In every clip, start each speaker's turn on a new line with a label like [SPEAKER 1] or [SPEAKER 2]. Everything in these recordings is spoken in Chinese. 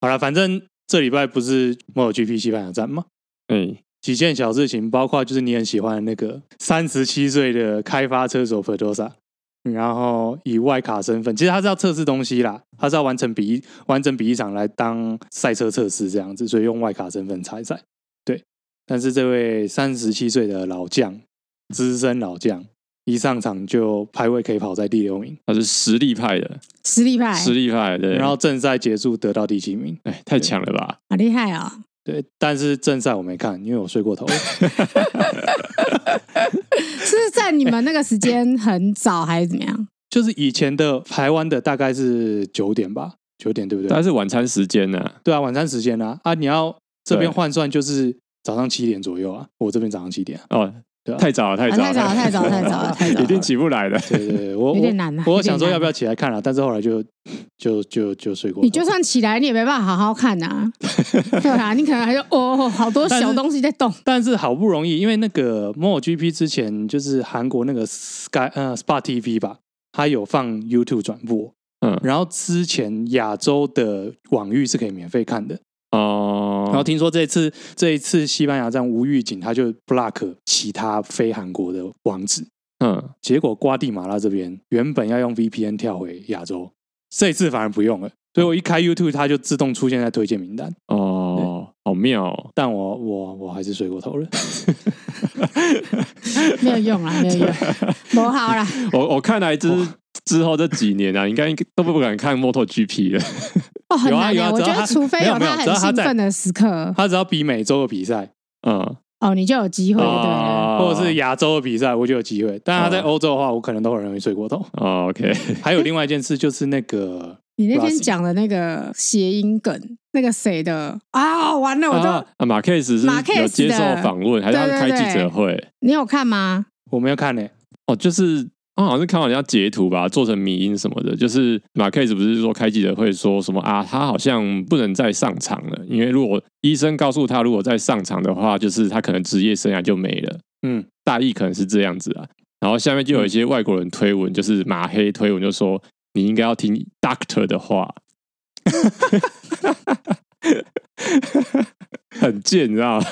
[SPEAKER 1] 好了，反正这礼拜不是摩尔 GP 西班牙站吗？
[SPEAKER 2] 哎、
[SPEAKER 1] 几件小事情，包括就是你很喜欢的那个三十七岁的开发车手 Perdosa，然后以外卡身份，其实他是要测试东西啦，他是要完成比一完整比一场来当赛车测试这样子，所以用外卡身份参赛。对，但是这位三十七岁的老将，资深老将，一上场就排位可以跑在第六名，
[SPEAKER 2] 他是实力派的，
[SPEAKER 3] 实力派，
[SPEAKER 2] 实力派对。
[SPEAKER 1] 然后正赛结束得到第七名。
[SPEAKER 2] 哎、太强了吧？
[SPEAKER 3] 好厉害哦！
[SPEAKER 1] 对，但是正赛我没看，因为我睡过头了。
[SPEAKER 3] 是在你们那个时间很早还是怎么 样？
[SPEAKER 1] 就是以前的台湾的大概是九点吧，九点对不
[SPEAKER 2] 但
[SPEAKER 1] 对？
[SPEAKER 2] 是晚餐时间呢、
[SPEAKER 1] 对啊，晚餐时间啊，啊，你要这边
[SPEAKER 2] 对
[SPEAKER 1] 换算就是早上七点左右啊，我这边早上七点、啊，
[SPEAKER 2] 哦
[SPEAKER 1] 对，啊
[SPEAKER 2] 太早了，太早
[SPEAKER 3] 啊太早了太早了太 早了太早了
[SPEAKER 2] 一定起不来 的。
[SPEAKER 1] 对对对，我
[SPEAKER 3] 有点难啊
[SPEAKER 1] 我
[SPEAKER 3] 有
[SPEAKER 1] 我
[SPEAKER 3] 点
[SPEAKER 1] 想说
[SPEAKER 3] 难
[SPEAKER 1] 要不要起来看啊了、但是后来就就就就睡过头。
[SPEAKER 3] 你就算起来，你也没办法好好看 呐、啊。对啊，你可能还是哦，好多
[SPEAKER 1] 但是
[SPEAKER 3] 小东西在动。
[SPEAKER 1] 但是好不容易，因为那个 m o GP 之前就是韩国那个 Sky 呃 Spa TV 吧，它有放 YouTube 转播，
[SPEAKER 2] 嗯
[SPEAKER 1] 然后之前亚洲的网域是可以免费看的，
[SPEAKER 2] 哦，
[SPEAKER 1] 然后听说这一次这一次西班牙站无预警，他就 block 其他非韩国的网址，
[SPEAKER 2] 嗯，
[SPEAKER 1] 结果瓜地马拉这边原本要用 VPN 跳回亚洲，这一次反而不用了。所以我一开 YouTube，它就自动出现在推荐名单，
[SPEAKER 2] 哦，好妙哦。
[SPEAKER 1] 但我我我还是睡过头了。
[SPEAKER 3] 没有用啦，没 有用，不好啦。
[SPEAKER 2] 我我看来就是之后这几年啊，应该都不敢看 MotoGP 了。
[SPEAKER 3] 哦，很
[SPEAKER 1] 有啊
[SPEAKER 3] 难耶、
[SPEAKER 1] 有啊
[SPEAKER 3] 我觉
[SPEAKER 1] 只要他
[SPEAKER 3] 得除非
[SPEAKER 1] 没有没有
[SPEAKER 3] 他
[SPEAKER 1] 只要
[SPEAKER 3] 很
[SPEAKER 1] 他
[SPEAKER 3] 兴
[SPEAKER 1] 在
[SPEAKER 3] 奋的时刻，
[SPEAKER 1] 它只要比美洲的比赛
[SPEAKER 2] 嗯，
[SPEAKER 3] 哦，你就有机会，对不对了？
[SPEAKER 2] 哦
[SPEAKER 1] 或者是亚洲的比赛，我就有机会。但它在
[SPEAKER 2] 哦
[SPEAKER 1] 欧洲的话，我可能都很容易睡过 头。
[SPEAKER 2] 哦，OK，
[SPEAKER 1] 还有另外一件事就是那个
[SPEAKER 3] 你那
[SPEAKER 1] Rossi
[SPEAKER 3] 天讲的那个谐音梗，那个谁的啊、完了，我都、
[SPEAKER 2] 啊，马 K 斯是
[SPEAKER 3] 马 Case
[SPEAKER 2] 有接受
[SPEAKER 3] 的
[SPEAKER 2] 访问，还是他
[SPEAKER 3] 对
[SPEAKER 2] 开
[SPEAKER 3] 对
[SPEAKER 2] 记者
[SPEAKER 3] 对
[SPEAKER 2] 会？
[SPEAKER 3] 你有看吗？
[SPEAKER 1] 我没有看呢、
[SPEAKER 2] 哦，就是我好像是看到人家截图吧，做成迷音什么的。就是马 Case 不是说开记者会说什么啊，他好像不能再上场了，因为如果医生告诉他如果再上场的话，就是他可能职业生涯就没了。
[SPEAKER 1] 嗯，
[SPEAKER 2] 大意可能是这样子啊。然后下面就有一些外国人推文，就是马黑推文就说你应该要听 Doctor 的话， 很贱，你知道吗？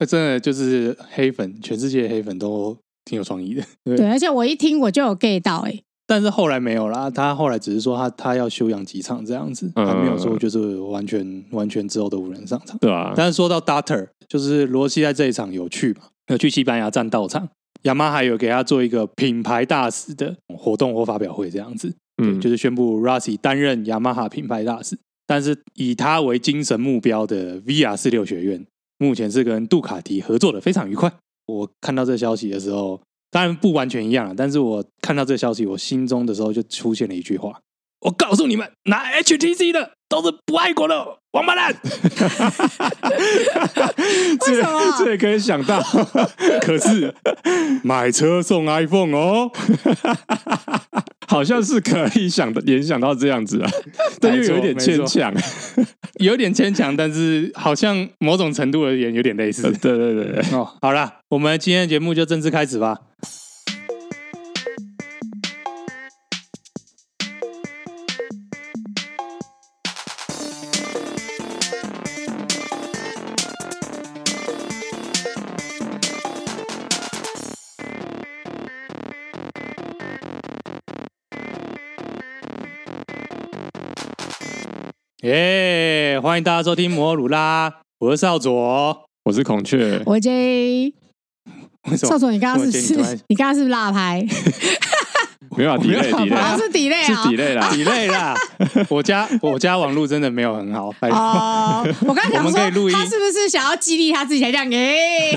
[SPEAKER 1] 那真的就是黑粉，全世界的黑粉都挺有创意的。对
[SPEAKER 3] 对，而且我一听我就有 get 到、欸，
[SPEAKER 1] 但是后来没有啦，他后来只是说他他要休养几场这样子，
[SPEAKER 2] 嗯
[SPEAKER 1] 还没有说就是完全完全之后都无人上场。
[SPEAKER 2] 对啊，
[SPEAKER 1] 但是说到 Dutter，就是罗西在这一场有去嘛，有去西班牙站到场，雅马哈有给他做一个品牌大使的活动或发表会这样子，
[SPEAKER 2] 嗯，
[SPEAKER 1] 就是宣布 Rossi 担任雅马哈品牌大使，但是以他为精神目标的 VR 四六学院，目前是跟杜卡迪合作的非常愉快。我看到这消息的时候，当然不完全一样了，但是我看到这消息，我心中的时候就出现了一句话：我告诉你们，拿 HTC 的都是不爱国的王八蛋。
[SPEAKER 3] 为什么
[SPEAKER 2] 这也可以想 到，
[SPEAKER 1] 可是买车送 iPhone 哦，
[SPEAKER 2] 好像是可以想的联想到这样 子啊，但又有一点牵强。
[SPEAKER 1] 有点牵强，但是好像某种程度而言有点类似
[SPEAKER 2] 对。对对对，
[SPEAKER 1] 哦，好啦，我们今天的节目就正式开始吧。耶欢迎大家收听摩鲁啦，我是少佐。
[SPEAKER 2] 我是孔雀，
[SPEAKER 3] 我 J
[SPEAKER 1] 为什么
[SPEAKER 3] 少佐，你刚刚是
[SPEAKER 1] 我
[SPEAKER 3] 不
[SPEAKER 1] 觉得你突
[SPEAKER 3] 是
[SPEAKER 1] 然
[SPEAKER 3] 你刚刚是不是辣拍？
[SPEAKER 2] 没有啊
[SPEAKER 1] 没有
[SPEAKER 2] ，delay
[SPEAKER 3] 啊
[SPEAKER 2] delay
[SPEAKER 3] 是底类
[SPEAKER 2] 是
[SPEAKER 3] 啊。
[SPEAKER 2] delay 啦，
[SPEAKER 1] 你累啦？ 我家我家网络真的没有很好，哎拜托
[SPEAKER 3] 哦，我刚刚
[SPEAKER 1] 我们
[SPEAKER 3] 想
[SPEAKER 1] 可以录
[SPEAKER 3] 说，
[SPEAKER 1] 音
[SPEAKER 3] 他是不是想要激励他自己才这样？哎、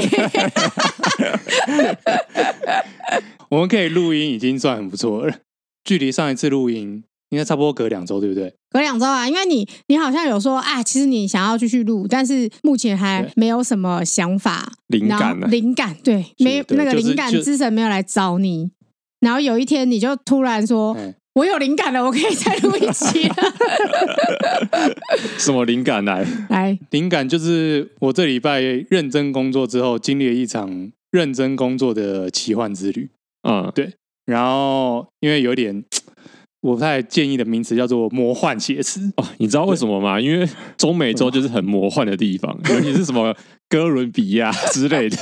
[SPEAKER 1] 我们可以录音已经算很不错了。距离上一次录音应该差不多隔两周，对不对？
[SPEAKER 3] 隔两周啊，因为你你好像有说，啊，其实你想要继续录，但是目前还
[SPEAKER 1] 对
[SPEAKER 3] 没有什么想法，
[SPEAKER 2] 灵
[SPEAKER 3] 然后
[SPEAKER 2] 感呢？啊
[SPEAKER 3] 灵感对，没有
[SPEAKER 1] 对
[SPEAKER 3] 那个
[SPEAKER 1] 啊就是
[SPEAKER 3] 灵感
[SPEAKER 1] 就
[SPEAKER 3] 之神没有来找你。然后有一天，你就突然说
[SPEAKER 1] 嗯，：“
[SPEAKER 3] 我有灵感了，我可以再录一集 了。
[SPEAKER 2] 什么灵感来？”
[SPEAKER 3] 来，
[SPEAKER 1] 灵感就是我这礼拜认真工作之后，经历了一场认真工作的奇幻之旅。
[SPEAKER 2] 嗯，
[SPEAKER 1] 然后因为有点我不太建议的名词叫做魔幻写实。
[SPEAKER 2] 哦，你知道为什么吗？因为中美洲就是很魔幻的地 方，尤其是什么哥伦比亚之类的。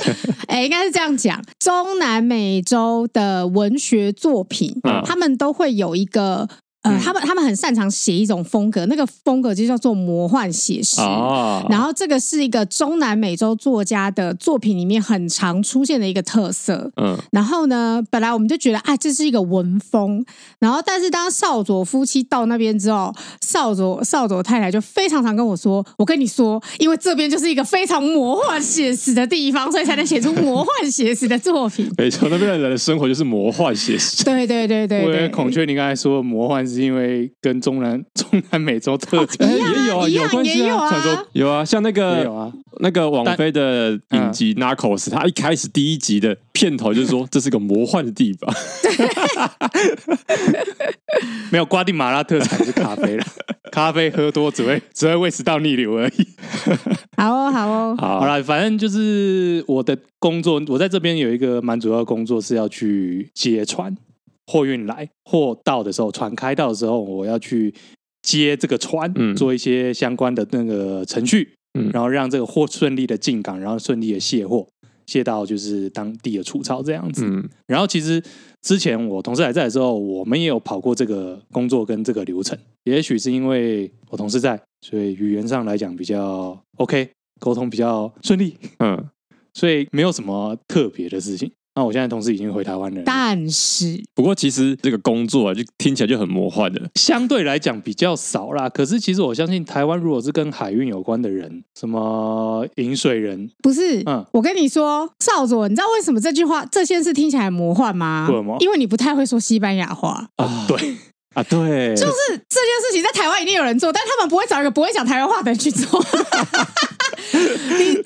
[SPEAKER 3] 哎，应 该是这样讲，中南美洲的文学作品，
[SPEAKER 2] 嗯
[SPEAKER 3] 他们都会有一个。呃
[SPEAKER 1] 嗯，
[SPEAKER 3] 他们他们很擅长写一种风格，那个风格就叫做魔幻写实。
[SPEAKER 2] 哦，
[SPEAKER 3] 然后这个是一个中南美洲作家的作品里面很常出现的一个特色。
[SPEAKER 2] 嗯，
[SPEAKER 3] 然后呢，本来我们就觉得啊，这是一个文风。然后，但是当少佐夫妻到那边之后，少佐少佐太太就非常常跟我说：“我跟你说，因为这边就是一个非常魔幻写实的地方，所以才能写出魔幻写实的作品。
[SPEAKER 2] 没错，那边的人的生活就是魔幻写实”。
[SPEAKER 3] 对对对对
[SPEAKER 1] 我以为
[SPEAKER 3] 对，
[SPEAKER 1] 孔雀，你刚才说魔幻是因为跟中南 中南美洲特
[SPEAKER 3] 一
[SPEAKER 1] 征、
[SPEAKER 2] 哎也有
[SPEAKER 3] 样
[SPEAKER 2] 啊
[SPEAKER 3] 啊，一
[SPEAKER 2] 有
[SPEAKER 3] 样
[SPEAKER 2] 关系
[SPEAKER 3] 也有
[SPEAKER 2] 啊
[SPEAKER 1] 传说
[SPEAKER 3] 啊。
[SPEAKER 2] 有啊，像那
[SPEAKER 1] 也
[SPEAKER 2] 个
[SPEAKER 1] 有啊，
[SPEAKER 2] 那个王菲的
[SPEAKER 1] 但
[SPEAKER 2] 影集《Narcos》，她一开始第一集的片头就说这是个魔幻的地方。
[SPEAKER 1] 没有瓜地马拉特产是咖 啡啦，咖啡喝多只会只会胃食道逆流而已。
[SPEAKER 3] 好哦，好哦，
[SPEAKER 1] 好啦，反正就是我的工作，我在这边有一个蛮主要的工作是要去接船，货运来货到的时候，船开到的时候，我要去接这个船，
[SPEAKER 2] 嗯
[SPEAKER 1] 做一些相关的那个程序，
[SPEAKER 2] 嗯
[SPEAKER 1] 然后让这个货顺利的进港，然后顺利的卸货，卸到就是当地的储槽这样子。
[SPEAKER 2] 嗯
[SPEAKER 1] 然后其实之前我同事还在的时候，我们也有跑过这个工作跟这个流程。也许是因为我同事在，所以语言上来讲比较 OK，沟通比较顺利，
[SPEAKER 2] 嗯，
[SPEAKER 1] 所以没有什么特别的事情。那我现在同事已经回台湾了，
[SPEAKER 3] 但是
[SPEAKER 2] 不过其实这个工作啊，就听起来就很魔幻的。
[SPEAKER 1] 相对来讲比较少啦。可是其实我相信，台湾如果是跟海运有关的人，什么饮水人，
[SPEAKER 3] 不是？
[SPEAKER 1] 嗯
[SPEAKER 3] 我跟你说，少佐，你知道为什么这句话这件事听起来很魔幻吗？
[SPEAKER 1] 为什么
[SPEAKER 3] 因为你不太会说西班牙话。
[SPEAKER 1] 啊，对，
[SPEAKER 2] 啊，对，
[SPEAKER 3] 就是这件事情在台湾一定有人做，但他们不会找一个不会讲台湾话的人去做。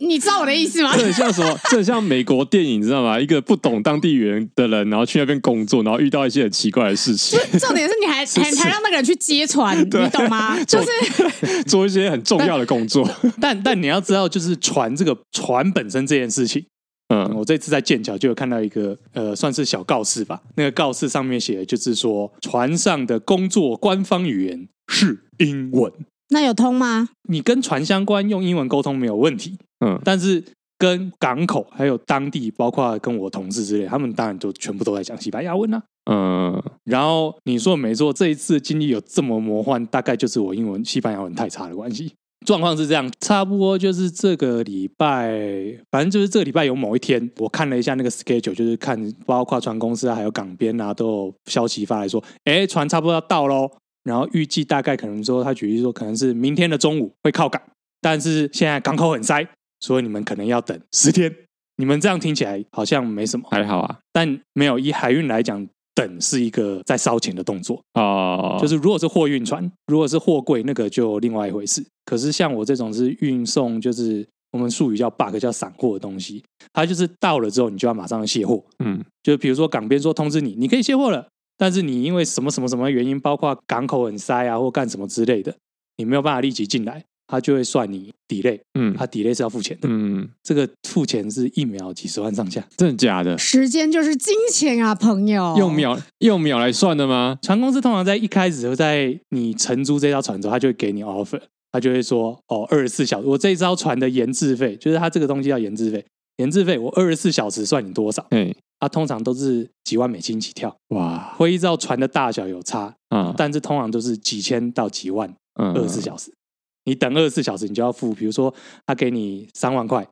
[SPEAKER 3] 你你知道我的意思吗？
[SPEAKER 2] 这很像什么？这很像美国电影，你知道吗？一个不懂当地语言的人，然后去那边工作，然后遇到一些很奇怪的事 情，
[SPEAKER 3] 重点是你还还还让那个人去揭穿，你
[SPEAKER 2] 对
[SPEAKER 3] 懂吗？就是
[SPEAKER 2] 做一些很重要的工作。
[SPEAKER 1] 但但你要知道，就是船这个船本身这件事情。
[SPEAKER 2] 嗯
[SPEAKER 1] 我这次在剑桥就有看到一个呃，算是小告示吧。那个告示上面写的就是说，船上的工作官方语言是英文。
[SPEAKER 3] 那有通吗？
[SPEAKER 1] 你跟船相关用英文沟通没有问题，
[SPEAKER 2] 嗯，
[SPEAKER 1] 但是跟港口还有当地，包括跟我同事之类，他们当然就全部都在讲西班牙文啊。
[SPEAKER 2] 嗯，
[SPEAKER 1] 然后你说没错，这一次经历有这么魔幻，大概就是我英文西班牙文太差的关系。状况是这样，差不多就是这个礼拜，反正就是这个礼拜有某一天，我看了一下那个 schedule，就是看包括船公司啊，还有港边啊，都有消息发来说，哎，船差不多要到喽。然后预计大概可能说，他举例说，可能是明天的中午会靠港，但是现在港口很塞，所以你们可能要等十天。你们这样听起来好像没什么，
[SPEAKER 2] 还好啊。
[SPEAKER 1] 但没有以海运来讲，等是一个在烧钱的动作。
[SPEAKER 2] 哦，
[SPEAKER 1] 就是如果是货运船，如果是货柜，那个就另外一回事。可是像我这种是运送，就是我们术语叫 bug，叫散货的东西，它就是到了之后你就要马上卸货。
[SPEAKER 2] 嗯
[SPEAKER 1] 就比如说港边说通知你，你可以卸货了，但是你因为什么什么什么原因，包括港口很塞啊，或干什么之类的，你没有办法立即进来，它就会算你 delay，
[SPEAKER 2] 嗯
[SPEAKER 1] 它 delay 是要付钱的。
[SPEAKER 2] 嗯，
[SPEAKER 1] 这个付钱是一秒几十万上下。
[SPEAKER 2] 真的假的？
[SPEAKER 3] 时间就是金钱啊，朋友。
[SPEAKER 1] 哦
[SPEAKER 2] 用秒用秒来算的吗？
[SPEAKER 1] 船公司通常在一开始就在你承租这艘船之后，他就会给你 offer，他就会说哦，二十四小时，我这一艘船的研制费，就是它这个东西叫研制费，研制费我二十四小时算你多少？
[SPEAKER 2] 哎，
[SPEAKER 1] 它通常都是几万美金起跳，
[SPEAKER 2] 哇
[SPEAKER 1] 会依照船的大小有差，
[SPEAKER 2] 啊，嗯
[SPEAKER 1] 但是通常都是几千到几万，
[SPEAKER 2] 二
[SPEAKER 1] 二十四小时。你等二十四小时，你就要付，比如说他给你三万块，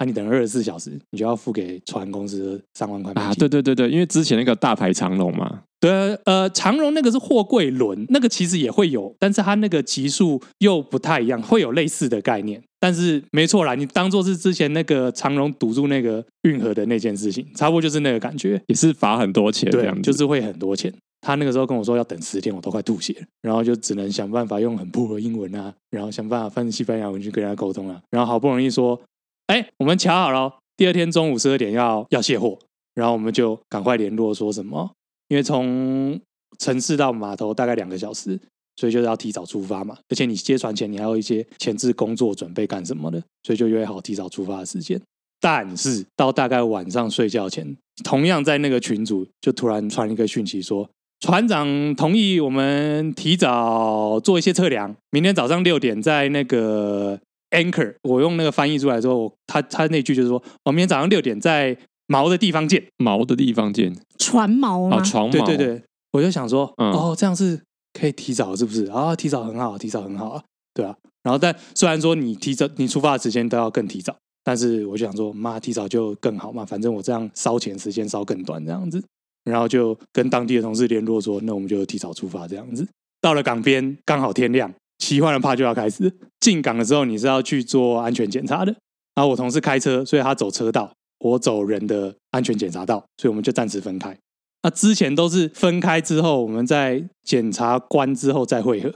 [SPEAKER 1] 那、你等二十四小时，你就要付给船公司三万块美金
[SPEAKER 2] 啊，对对对对，因为之前那个大排长龙嘛，
[SPEAKER 1] 对，呃，长荣那个是货柜轮，那个其实也会有，但是它那个级数又不太一样，会有类似的概念，但是没错啦，你当做是之前那个长荣堵住那个运河的那件事情，差不多就是那个感觉，
[SPEAKER 2] 也是罚很多钱这
[SPEAKER 1] 对
[SPEAKER 2] 样，子，
[SPEAKER 1] 就是会很多钱。他那个时候跟我说要等十天，我都快吐血了，然后就只能想办法用很破的英文啊，然后想办法翻西班牙文去跟人家沟通啊，然后好不容易说，哎，我们瞧好了哦，第二天中午十二点要要卸货，然后我们就赶快联络说什么，因为从城市到码头大概两个小时，所以就是要提早出发嘛，而且你接船前你还有一些前置工作准备干什么的，所以就约好提早出发的时间。但是到大概晚上睡觉前，同样在那个群组就突然传一个讯息说：“船长同意我们提早做一些测量，明天早上六点在那个 anchor，我用那个翻译出来之后，我他他那句就是说，我明天早上六点在锚的地方见。
[SPEAKER 2] 毛的地方见
[SPEAKER 3] 船锚吗
[SPEAKER 2] 啊，？床
[SPEAKER 1] 对
[SPEAKER 2] 毛，
[SPEAKER 1] 对，对，我就想说，
[SPEAKER 2] 嗯
[SPEAKER 1] 哦，这样是可以提早，是不是？啊，提早很好，提早很好啊，对啊。然后但虽然说你提早，你出发的时间都要更提早，但是我就想说，妈，提早就更好嘛，反正我这样烧钱时间烧更短这样子。然后就跟当地的同事联络说，那我们就提早出发这样子。到了港边，刚好天亮，奇幻的趴就要开始。进港的时候，你是要去做安全检查的。然后我同事开车，所以他走车道，我走人的安全检查道，所以我们就暂时分开。那之前都是分开之后，我们在检察官之后再会合，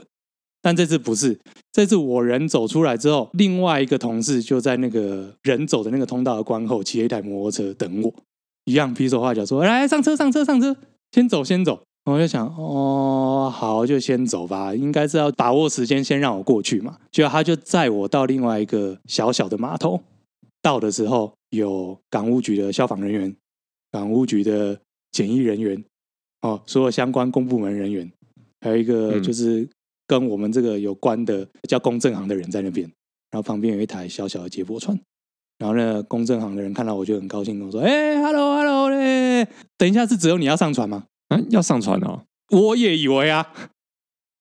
[SPEAKER 1] 但这次不是，这次我人走出来之后，另外一个同事就在那个人走的那个通道的关口骑了一台摩托车等我，一样比手画脚说：“来，上车，上车，上车，先走，先走。”我就想，哦，好，就先走吧，应该是要把握时间，先让我过去嘛。结果他就载我到另外一个小小的码头，到的时候有港务局的消防人员、港务局的检疫人员，哦，所有相关公部门人员，还有一个
[SPEAKER 2] 嗯
[SPEAKER 1] 就是跟我们这个有关的叫公证行的人在那边，然后旁边有一台小小的接驳船，然后呢，公证行的人看到我就很高兴，跟我说：“哎、h e l l o hello 嘞，等一下是只有你要上船吗？”
[SPEAKER 2] 啊，要上船哦，
[SPEAKER 1] 我也以为啊，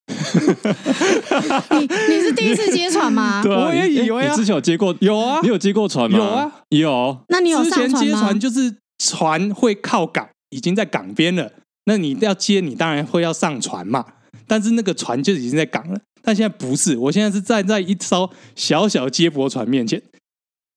[SPEAKER 3] 你你是第一次接船吗？
[SPEAKER 2] 对啊，
[SPEAKER 1] 我也
[SPEAKER 2] 你
[SPEAKER 1] 以为啊
[SPEAKER 2] 你之前有接过，
[SPEAKER 1] 有啊
[SPEAKER 2] 你有接过船吗？
[SPEAKER 1] 有啊，
[SPEAKER 2] 有，
[SPEAKER 3] 那你有
[SPEAKER 1] 之
[SPEAKER 3] 上
[SPEAKER 1] 前
[SPEAKER 3] 船
[SPEAKER 1] 接
[SPEAKER 3] 吗
[SPEAKER 1] 船？就是船会靠港，已经在港边了，那你要接，你当然会要上船嘛。但是那个船就已经在港了，但现在不是，我现在是站在一艘小小接驳船面前，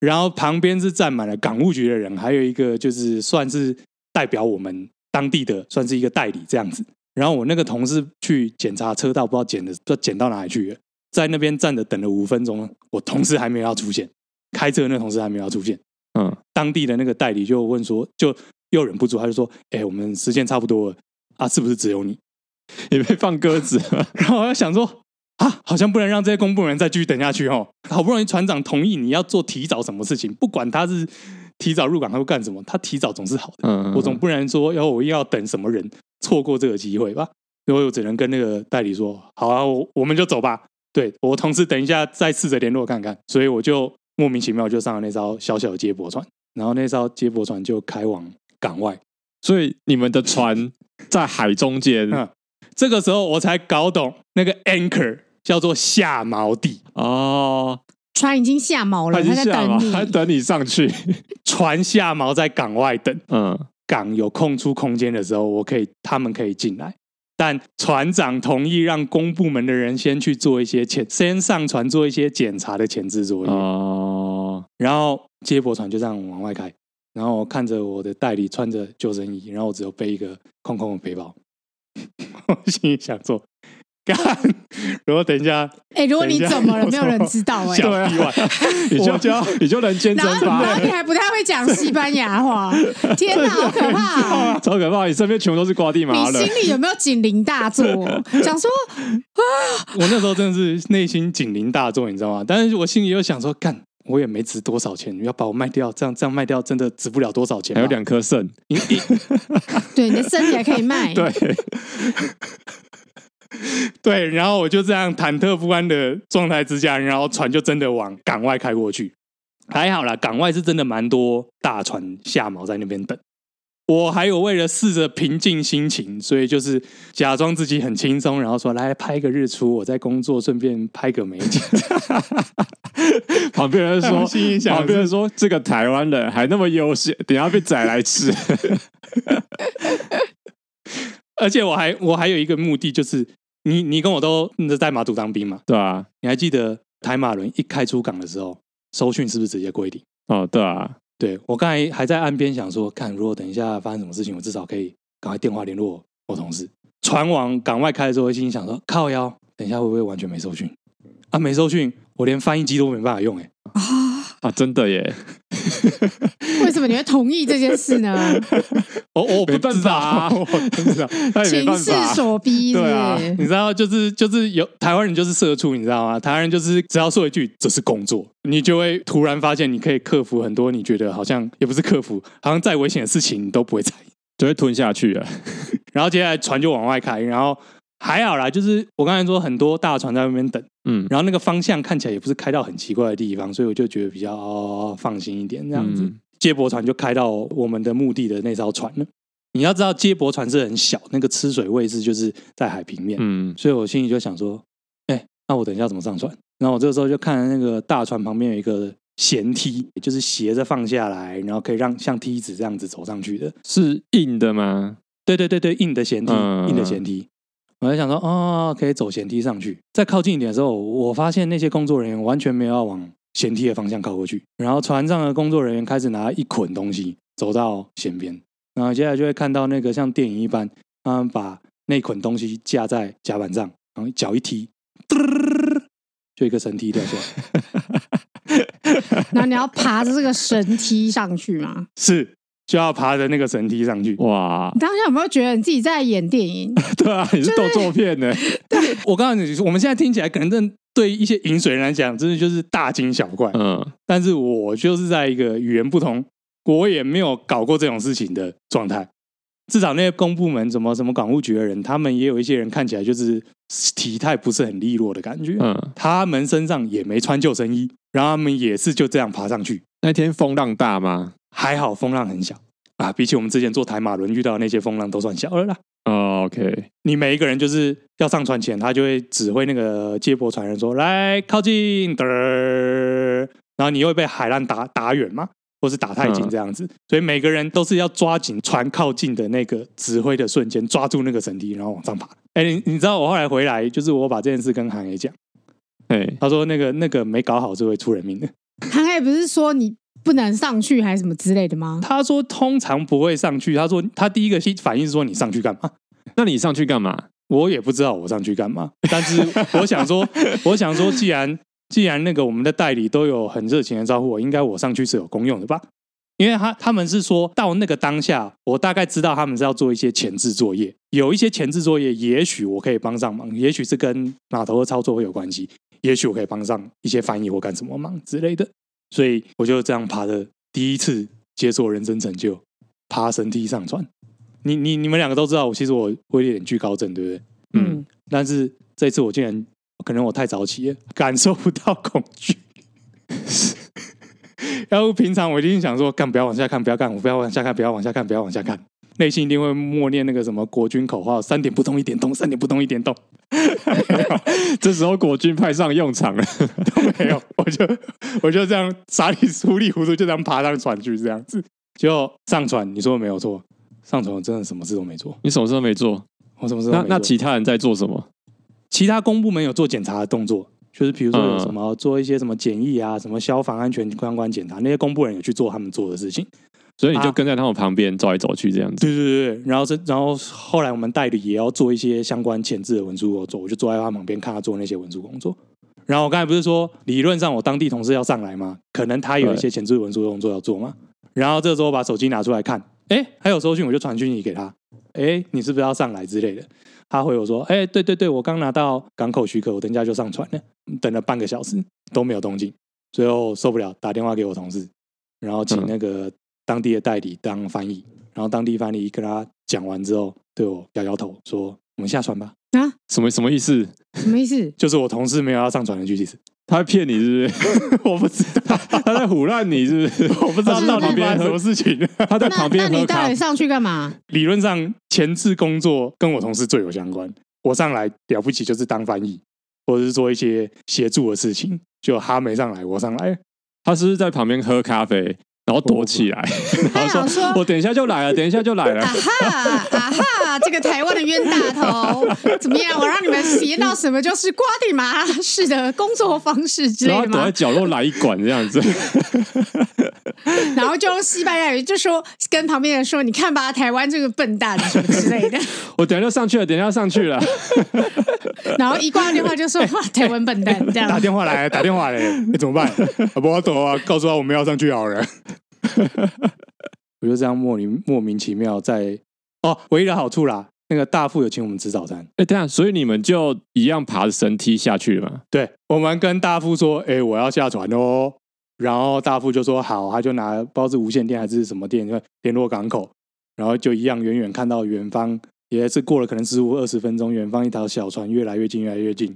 [SPEAKER 1] 然后旁边是站满了港务局的人，还有一个就是算是代表我们当地的，算是一个代理这样子。然后我那个同事去检查车道，不知道检的不知道检到哪里去了，在那边站着等了五分钟，我同事还没有要出现，开车的那同事还没有要出现。
[SPEAKER 2] 嗯，
[SPEAKER 1] 当地的那个代理就问说，就又忍不住，他就说：“哎、我们时间差不多了啊，是不是只有你
[SPEAKER 2] 也被放鸽子了？”
[SPEAKER 1] 然后我就想说。啊，好像不能让这些公部门再继续等下去哦。好不容易船长同意你要做提早什么事情，不管他是提早入港还是干什么，他提早总是好的。
[SPEAKER 2] 嗯，
[SPEAKER 1] 我总不能说要我又要等什么人错过这个机会吧，所以我只能跟那个代理说，好啊，我我们就走吧。对我同事等一下再试着联络看看，所以我就莫名其妙就上了那艘小小的接驳船，然后那艘接驳船就开往港外。
[SPEAKER 2] 所以你们的船在海中间
[SPEAKER 1] 嗯这个时候我才搞懂那个 anchor 叫做下锚地，
[SPEAKER 2] 哦，
[SPEAKER 3] 船已经下锚
[SPEAKER 2] 他
[SPEAKER 3] 了，
[SPEAKER 2] 已经
[SPEAKER 3] 他在
[SPEAKER 2] 下
[SPEAKER 3] 等
[SPEAKER 2] 嘛，还
[SPEAKER 3] 你。
[SPEAKER 2] 等你上去。
[SPEAKER 1] 船下锚在港外等。
[SPEAKER 2] 嗯，
[SPEAKER 1] 港有空出空间的时候，我可以他们可以进来。但船长同意让公部门的人先去做一些前，先上船做一些检查的前置作业，
[SPEAKER 2] 哦，
[SPEAKER 1] 然后接驳船就这样往外开。然后我看着我的代理穿着救生衣，然后我只有背一个空空的背包，我心里想说，干，如果等一下
[SPEAKER 3] 哎，如果你
[SPEAKER 1] 等一下
[SPEAKER 3] 怎么了，
[SPEAKER 1] 有
[SPEAKER 3] 没
[SPEAKER 1] 什
[SPEAKER 3] 有
[SPEAKER 1] 么
[SPEAKER 3] 人知道哎。
[SPEAKER 1] 小意外，
[SPEAKER 2] 你
[SPEAKER 1] 我
[SPEAKER 2] 就
[SPEAKER 1] 就要
[SPEAKER 2] 你就能坚
[SPEAKER 3] 然
[SPEAKER 2] 贞
[SPEAKER 3] 后，
[SPEAKER 2] 吧？
[SPEAKER 3] 然后你还不太会讲西班牙话，天哪，好可怕哦！
[SPEAKER 2] 超可怕！你身边全部都是瓜地马拉
[SPEAKER 3] 你
[SPEAKER 2] 人
[SPEAKER 3] 心，里有没有警铃 大作？想说
[SPEAKER 1] 我那时候真的是内心警铃大作，你知道吗？但是我心里又想说，干，我也没值多少钱，要把我卖掉，这样这样卖掉真的值不了多少钱吧。
[SPEAKER 2] 还有两颗肾，
[SPEAKER 1] 一一
[SPEAKER 3] 对你的身体还可以卖，
[SPEAKER 2] 对，
[SPEAKER 1] 对，然后我就这样忐忑不安的状态之下，然后船就真的往港外开过去。还好啦，港外是真的蛮多大船下锚在那边等。我还有为了试着平静心情，所以就是假装自己很轻松，然后说来拍个日出，我在工作，顺便拍个美景。
[SPEAKER 2] 旁边人说
[SPEAKER 1] 我心里，想
[SPEAKER 2] 旁边人说这个台湾人还那么悠闲， 等一下被宰来吃。
[SPEAKER 1] 而且我还我还有一个目的，就是你你跟我都在马祖当兵嘛，
[SPEAKER 2] 对啊，
[SPEAKER 1] 你还记得台马轮一开出港的时候，收讯是不是直接归零？
[SPEAKER 2] 哦，对啊，
[SPEAKER 1] 对我刚才还在岸边想说，看如果等一下发生什么事情，我至少可以赶快电话联络我同事。船往港外开的时候，我心里想说，靠腰，等一下会不会完全没收讯？啊，没收讯，我连翻译机都没办法用、欸，
[SPEAKER 2] 啊，真的耶，
[SPEAKER 3] 为什么你会同意这件 事呢？
[SPEAKER 2] 哎
[SPEAKER 1] 我我哦不
[SPEAKER 2] 没办
[SPEAKER 1] 知
[SPEAKER 2] 法
[SPEAKER 1] 道，
[SPEAKER 2] 啊
[SPEAKER 1] 我不知道。
[SPEAKER 2] 那也没
[SPEAKER 3] 情
[SPEAKER 2] 办
[SPEAKER 3] 势
[SPEAKER 2] 法。
[SPEAKER 3] 所逼，是不
[SPEAKER 2] 对啊
[SPEAKER 3] 是？
[SPEAKER 1] 你知道，就是就是有台湾人就是社畜，你知道吗？台湾人就是只要说一句“这是工作”，你就会突然发现你可以克服很多你觉得好像也不是克服，好像再危险的事情你都不会在意。
[SPEAKER 2] 就会吞下去了。
[SPEAKER 1] 然后接下来船就往外开，然后还好啦，就是我刚才说很多大船在外面等，
[SPEAKER 2] 嗯，
[SPEAKER 1] 然后那个方向看起来也不是开到很奇怪的地方，所以我就觉得比较、哦、放心一点这
[SPEAKER 2] 这
[SPEAKER 1] 样子。接驳船就开到我们的目的的那艘船了。你要知道，接驳船是很小，那个吃水位置就是在海平面，
[SPEAKER 2] 嗯，
[SPEAKER 1] 所以我心里就想说，哎、那我等一下怎么上船？然后我这个时候就看那个大船旁边有一个舷梯，就是斜着放下来，然后可以让像梯子这样子走上去的。
[SPEAKER 2] 是硬的吗？
[SPEAKER 1] 对对对对，硬的舷梯，
[SPEAKER 2] 嗯
[SPEAKER 1] 硬的舷梯。我在想说，哦，可以走舷梯上去。再靠近一点的时候，我发现那些工作人员完全没有要往舷梯的方向靠过去。然后船上的工作人员开始拿一捆东西走到舷边，然后接下来就会看到那个像电影一般，他们把那捆东西架在甲板上，然后脚一踢，就一个绳梯掉下 来。
[SPEAKER 3] 然后你要爬着这个绳梯上去吗？
[SPEAKER 1] 是。就要爬着那个绳梯上去。
[SPEAKER 2] 哇
[SPEAKER 3] 你，当下有没有觉得你自己在演电影？
[SPEAKER 2] 对啊，你是动作片 呢、
[SPEAKER 1] 我告诉你，我们现在听起来可能真的对一些饮水人来讲，真的就是大惊小怪。
[SPEAKER 2] 嗯，
[SPEAKER 1] 但是我就是在一个语言不同，我也没有搞过这种事情的状态。至少那些公部门，什么什么港务局的人，他们也有一些人看起来就是体态不是很利落的感觉，
[SPEAKER 2] 嗯，
[SPEAKER 1] 他们身上也没穿救生衣，然后他们也是就这样爬上去。
[SPEAKER 2] 那天风浪大吗？
[SPEAKER 1] 还好风浪很小啊，比起我们之前坐台马轮遇到的那些风浪都算小了啦。
[SPEAKER 2] 哦，OK，
[SPEAKER 1] 你每一个人就是要上船前，他就会指挥那个接驳船员说：“来靠近，嘚儿。”然后你又会被海浪打打远嘛，或是打太近
[SPEAKER 2] 嗯
[SPEAKER 1] 这样子，所以每个人都是要抓紧船靠近的那个指挥的瞬间，抓住那个绳梯，然后往上爬。哎、你你知道我后来回来，就是我把这件事跟韩爷讲，
[SPEAKER 2] 哎，
[SPEAKER 1] 他说那个那个没搞好是会出人命的。
[SPEAKER 3] 航海不是说你不能上去还是什么之类的吗？
[SPEAKER 1] 他说通常不会上去，他说他第一个反应是说你上去干嘛？
[SPEAKER 2] 那你上去干嘛？
[SPEAKER 1] 我也不知道我上去干嘛，但是我想说，我想说，既然既然那个我们的代理都有很热情的招呼我，应该我上去是有功用的吧？因为他他们是说到那个当下，我大概知道他们是要做一些前置作业，有一些前置作业，也许我可以帮上忙，也许是跟码头的操作会有关系，也许我可以帮上一些翻译或干什么忙之类的，所以我就这样爬的第一次解锁人生成就，爬绳梯上船。你你你们两个都知道，我其实我我有点惧高症，对不对？
[SPEAKER 2] 嗯
[SPEAKER 3] 嗯，
[SPEAKER 1] 但是这次我竟然可能我太早起了，感受不到恐惧。 然后平常我一定想说，干不要往下看，不要看，我不要往下看，不要往下看，不要往下看，内心一定会默念那个什么国军口号：三点不动一点动，三点不动一点 动。
[SPEAKER 3] 嗯
[SPEAKER 2] 这时候国军派上用场了。
[SPEAKER 1] 没有，我就我就这样傻里糊里糊涂就这样爬上船去，这样子就上船。你说的没有错，上船我真的什么事都没做，
[SPEAKER 2] 你什么事都没做，
[SPEAKER 1] 我什么事都没
[SPEAKER 2] 那
[SPEAKER 1] 做。
[SPEAKER 2] 那其他人在做什么？
[SPEAKER 1] 其他公部门有做检查的动作，就是比如说有
[SPEAKER 2] 嗯
[SPEAKER 1] 什么做一些什么检疫啊、什么消防安全相关检查，那些公部门有去做他们做的事情。
[SPEAKER 2] 所以你就
[SPEAKER 1] 啊
[SPEAKER 2] 跟在他们旁边走来走去这样子。
[SPEAKER 1] 对对对，然后是然后后来我们代理也要做一些相关前置的文书工作，我就坐在他旁边看他做那些文书工作。然后我刚才不是说理论上我当地同事要上来吗？可能他有一些前置文书工作要做嘛。然后这时候我把手机拿出来看，哎，还有收讯，我就传讯息给他，哎，你是不是要上来之类的？他回我说，哎，对对对，我刚拿到港口许可，我等一下就上船了。等了半个小时都没有动静，最后受不了，打电话给我同事，然后请
[SPEAKER 2] 嗯
[SPEAKER 1] 那个当地的代理当翻译，然后当地翻译跟他讲完之后，对我摇摇头说：“我们下船吧。
[SPEAKER 3] 啊，
[SPEAKER 2] 什么什么意思？
[SPEAKER 3] 什么意思”？
[SPEAKER 1] 就是我同事没有要上船的具体是，
[SPEAKER 2] 他在骗你是不是？
[SPEAKER 1] 我不知道，
[SPEAKER 2] 他在唬烂你是不是？
[SPEAKER 1] 我不知道到底发生什么事情。
[SPEAKER 2] 他在
[SPEAKER 3] 那
[SPEAKER 2] 旁边
[SPEAKER 3] 那你
[SPEAKER 2] 喝
[SPEAKER 3] 到
[SPEAKER 2] 咖
[SPEAKER 3] 底上去 干嘛？
[SPEAKER 1] 理论上前置工作跟我同事最有相关，我上来了不起就是当翻译，或者是做一些协助的事情。就他没上来，我上来了，
[SPEAKER 2] 他是不是在旁边喝咖啡，然后躲起来，然
[SPEAKER 3] 他
[SPEAKER 2] 后
[SPEAKER 3] 想
[SPEAKER 2] 说
[SPEAKER 3] 说：“
[SPEAKER 2] 我等一下就来 了，等一下就来了
[SPEAKER 3] 哦啊。哈啊哈！这个台湾的冤大头怎么样？我让你们体验到什么就是瓜地马拉式的工作方式”之
[SPEAKER 2] 然
[SPEAKER 3] 类
[SPEAKER 2] 后
[SPEAKER 3] 的
[SPEAKER 2] 躲
[SPEAKER 3] 吗
[SPEAKER 2] 在？角落来一管这样子，
[SPEAKER 3] 然后就用西班牙语就说跟旁边的人说：“你看吧，台湾这个笨蛋什么之类的。
[SPEAKER 2] 我等一下就上去了，等一下上去了。”
[SPEAKER 3] 然后一挂电话就说：“哇，台湾笨蛋这 样。
[SPEAKER 1] 打”电话来，打电话来，欸怎么办？啊不要走啊，告诉他我们要上去好了。我就这样莫名莫名其妙在哦，唯一的好处啦，那个大副有请我们吃早餐。
[SPEAKER 2] 哎，等一下，所以你们就一样爬着绳梯下去了嘛？
[SPEAKER 1] 对我们跟大副说，哎、我要下船哦。然后大副就说好，他就拿不知道是无线电还是什么电就联络港口，然后就一样远远看到远方，也是过了可能十五二十分钟，远方一条小船越来越近，越来越近，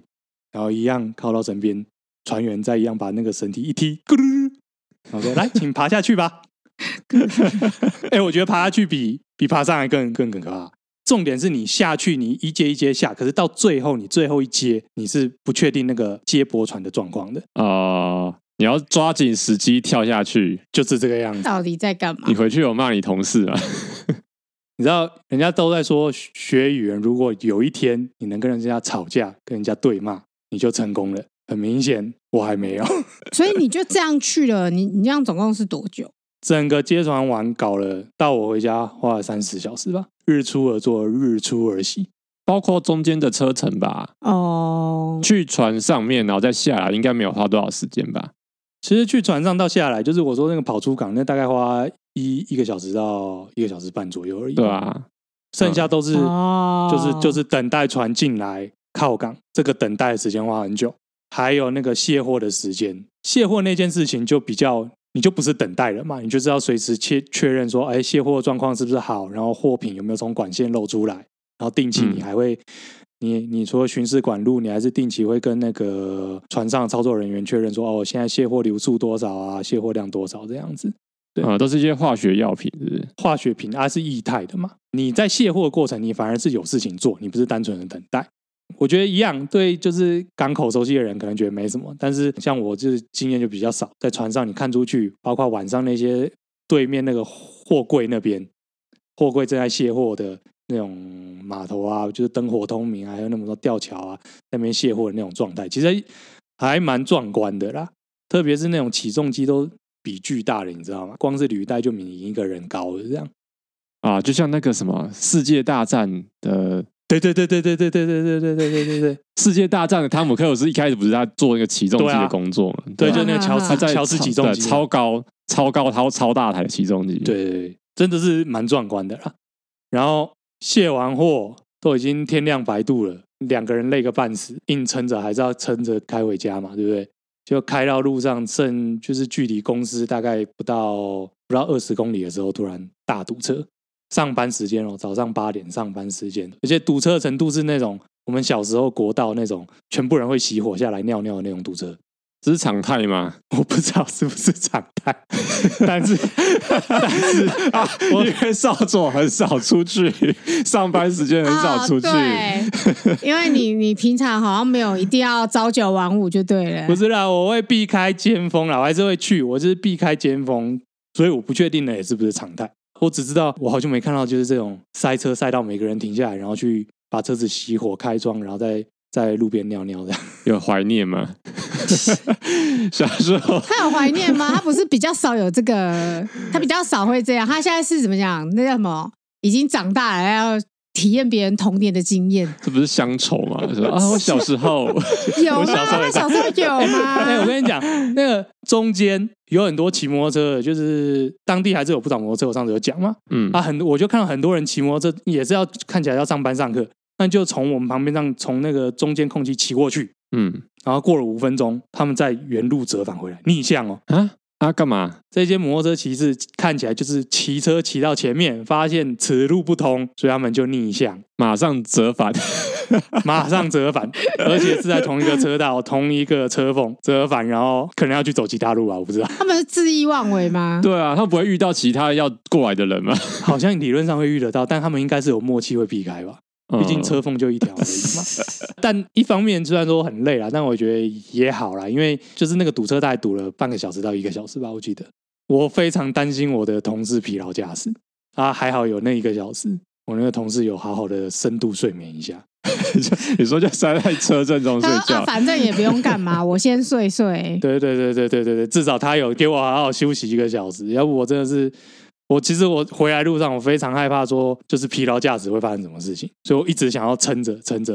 [SPEAKER 1] 然后一样靠到身边，船员再一样把那个身体一踢，咕噜，然后说：“来，请爬下去吧。” 哎、我觉得爬下去比比爬上来更更更可怕。重点是你下去，你一阶一阶下，可是到最后你最后一阶，你是不确定那个接驳船的状况的，
[SPEAKER 2] 啊！你要抓紧时机跳下去。
[SPEAKER 1] 就是这个样子。
[SPEAKER 3] 到底在干嘛
[SPEAKER 2] 你？回去有骂你同事 啊？
[SPEAKER 1] 你知道，人家都在说学语言，如果有一天你能跟人家吵架、跟人家对骂，你就成功了。很明显，我还没有。
[SPEAKER 3] 所以你就这样去了，你你这样总共是多久？
[SPEAKER 1] 整个接船完搞了，到我回家花了三十小时吧，日出而作，日出而息。
[SPEAKER 2] 包括中间的车程吧，
[SPEAKER 3] 哦，
[SPEAKER 2] 去船上面然后再下来，应该没有花多少时间吧？
[SPEAKER 1] 其实去船上到下来，就是我说那个跑出港，那大概花一一个小时到一个小时半左右而已。
[SPEAKER 2] 对，啊，
[SPEAKER 1] 剩下都是、
[SPEAKER 3] 哦
[SPEAKER 1] 就是就是等待船进来靠港，这个等待的时间花很久，还有那个卸货的时间，卸货那件事情就比较，你就不是等待了嘛，你就是要随时确确认说，哎，卸货状况是不是好，然后货品有没有从管线漏出来，然后定期
[SPEAKER 2] 嗯
[SPEAKER 1] 你还会。你你除了巡视管路，你还是定期会跟那个船上操作人员确认说，哦，现在卸货流速多少啊，卸货量多少这样子。对
[SPEAKER 2] 啊、都是一些化学药品，是不是？
[SPEAKER 1] 化学品它啊是液态的嘛，你在卸货的过程，你反而是有事情做，你不是单纯的等待。我觉得一样，对，就是港口熟悉的人可能觉得没什么，但是像我就是经验就比较少，在船上你看出去，包括晚上那些对面那个货柜那边，货柜正在卸货的那种码头啊，就是灯火通明啊，还有那么多吊桥啊，那边卸货的那种状态，其实还蛮壮观的啦。特别是那种起重机都比巨大了，你知道吗？光是履带就比你一个人高了，这样。
[SPEAKER 2] 啊，就像那个什么世界大战的
[SPEAKER 1] 对对对对对对对对对对对对对对，
[SPEAKER 2] 世界大战的汤姆克鲁斯一开始不是他做那个起重机
[SPEAKER 1] 对啊
[SPEAKER 2] 的工作嘛？
[SPEAKER 1] 对，
[SPEAKER 2] 吧
[SPEAKER 1] 就那个乔
[SPEAKER 3] 啊
[SPEAKER 1] 治
[SPEAKER 2] 他在
[SPEAKER 1] 乔治
[SPEAKER 2] 超
[SPEAKER 1] 起重
[SPEAKER 2] 对
[SPEAKER 1] 机，
[SPEAKER 2] 超高、超高、超超大台的起重机。
[SPEAKER 1] 对，对对，真的是蛮壮观的啦。然后卸完货都已经天亮白度了，两个人累个半死，硬撑着还是要撑着开回家嘛，对不对？就开到路上剩就是距离公司大概不到不到二十公里的时候，突然大堵车。上班时间哦，早上八点上班时间，而且堵车的程度是那种我们小时候国道那种全部人会熄火下来尿尿的那种堵车。
[SPEAKER 2] 这是常态 嘛？
[SPEAKER 1] 我不知道是不是常 态，但是但是啊，
[SPEAKER 2] 因
[SPEAKER 1] 我
[SPEAKER 2] 为少佐很少出去，上班时间很少出去。
[SPEAKER 3] 哦、对，因为你你平常好像没有一定要朝九晚五就对了
[SPEAKER 1] 不。是啦，我会避开尖峰啦，我还是会去，我就是避开尖峰，所以我不确定呢，也是不是常态。我只知道我好久没看到就是这种塞车塞到每个人停下来，然后去把车子熄火开窗，然后再在路边尿尿这样。
[SPEAKER 2] 有怀念吗？ 小时候
[SPEAKER 3] 他有怀念 吗？他不是比较少有这个，他比较少会这样。他现在是怎么讲？那叫什么？已经长大了，要体验别人童年的经验，
[SPEAKER 2] 这不是乡愁吗？说啊，我小时候
[SPEAKER 3] 有吗？
[SPEAKER 1] 小时候
[SPEAKER 3] 他
[SPEAKER 1] 也
[SPEAKER 3] 小时候有
[SPEAKER 1] 哎、我
[SPEAKER 3] 吗？
[SPEAKER 1] 跟你讲，那个中间有很多骑摩托车的，就是当地还是有不少摩托车，我上次有讲嘛。
[SPEAKER 2] 嗯
[SPEAKER 1] 啊，很我就看到很多人骑摩托车，也是要看起来要上班上课，那就从我们旁边上从那个中间空隙骑过去，
[SPEAKER 2] 嗯
[SPEAKER 1] 然后过了五分钟，他们在原路折返回来，逆向哦。
[SPEAKER 2] 啊啊，干嘛？
[SPEAKER 1] 这些摩托车骑士看起来就是骑车骑到前面，发现此路不通，所以他们就逆向，
[SPEAKER 2] 马上折返，
[SPEAKER 1] 马上折返，而且是在同一个车道、同一个车缝折返，然后可能要去走其他路啊，我不知道，
[SPEAKER 3] 他们是恣意妄为吗？
[SPEAKER 2] 对啊，他不会遇到其他要过来的 人吗？
[SPEAKER 1] 好像理论上会遇得到，但他们应该是有默契会避开吧。毕竟
[SPEAKER 2] 嗯
[SPEAKER 1] 车缝就一条而已嘛。但一方面虽然说很累啦，但我觉得也好啦，因为就是那个堵车大概堵了半个小时到一个小时吧，我记得。我非常担心我的同事疲劳驾驶啊，还好有那一个小时，我那个同事有好好的深度睡眠一下。
[SPEAKER 2] 你说就塞在车阵中睡
[SPEAKER 3] 他说
[SPEAKER 2] 觉
[SPEAKER 3] 啊，，反正也不用干 嘛，我先睡睡。
[SPEAKER 1] 对对对对对对对，至少他有给我好好休息一个小时，要不我真的是。我其实我回来路上，我非常害怕说就是疲劳驾驶会发生什么事情，所以我一直想要撑着撑着，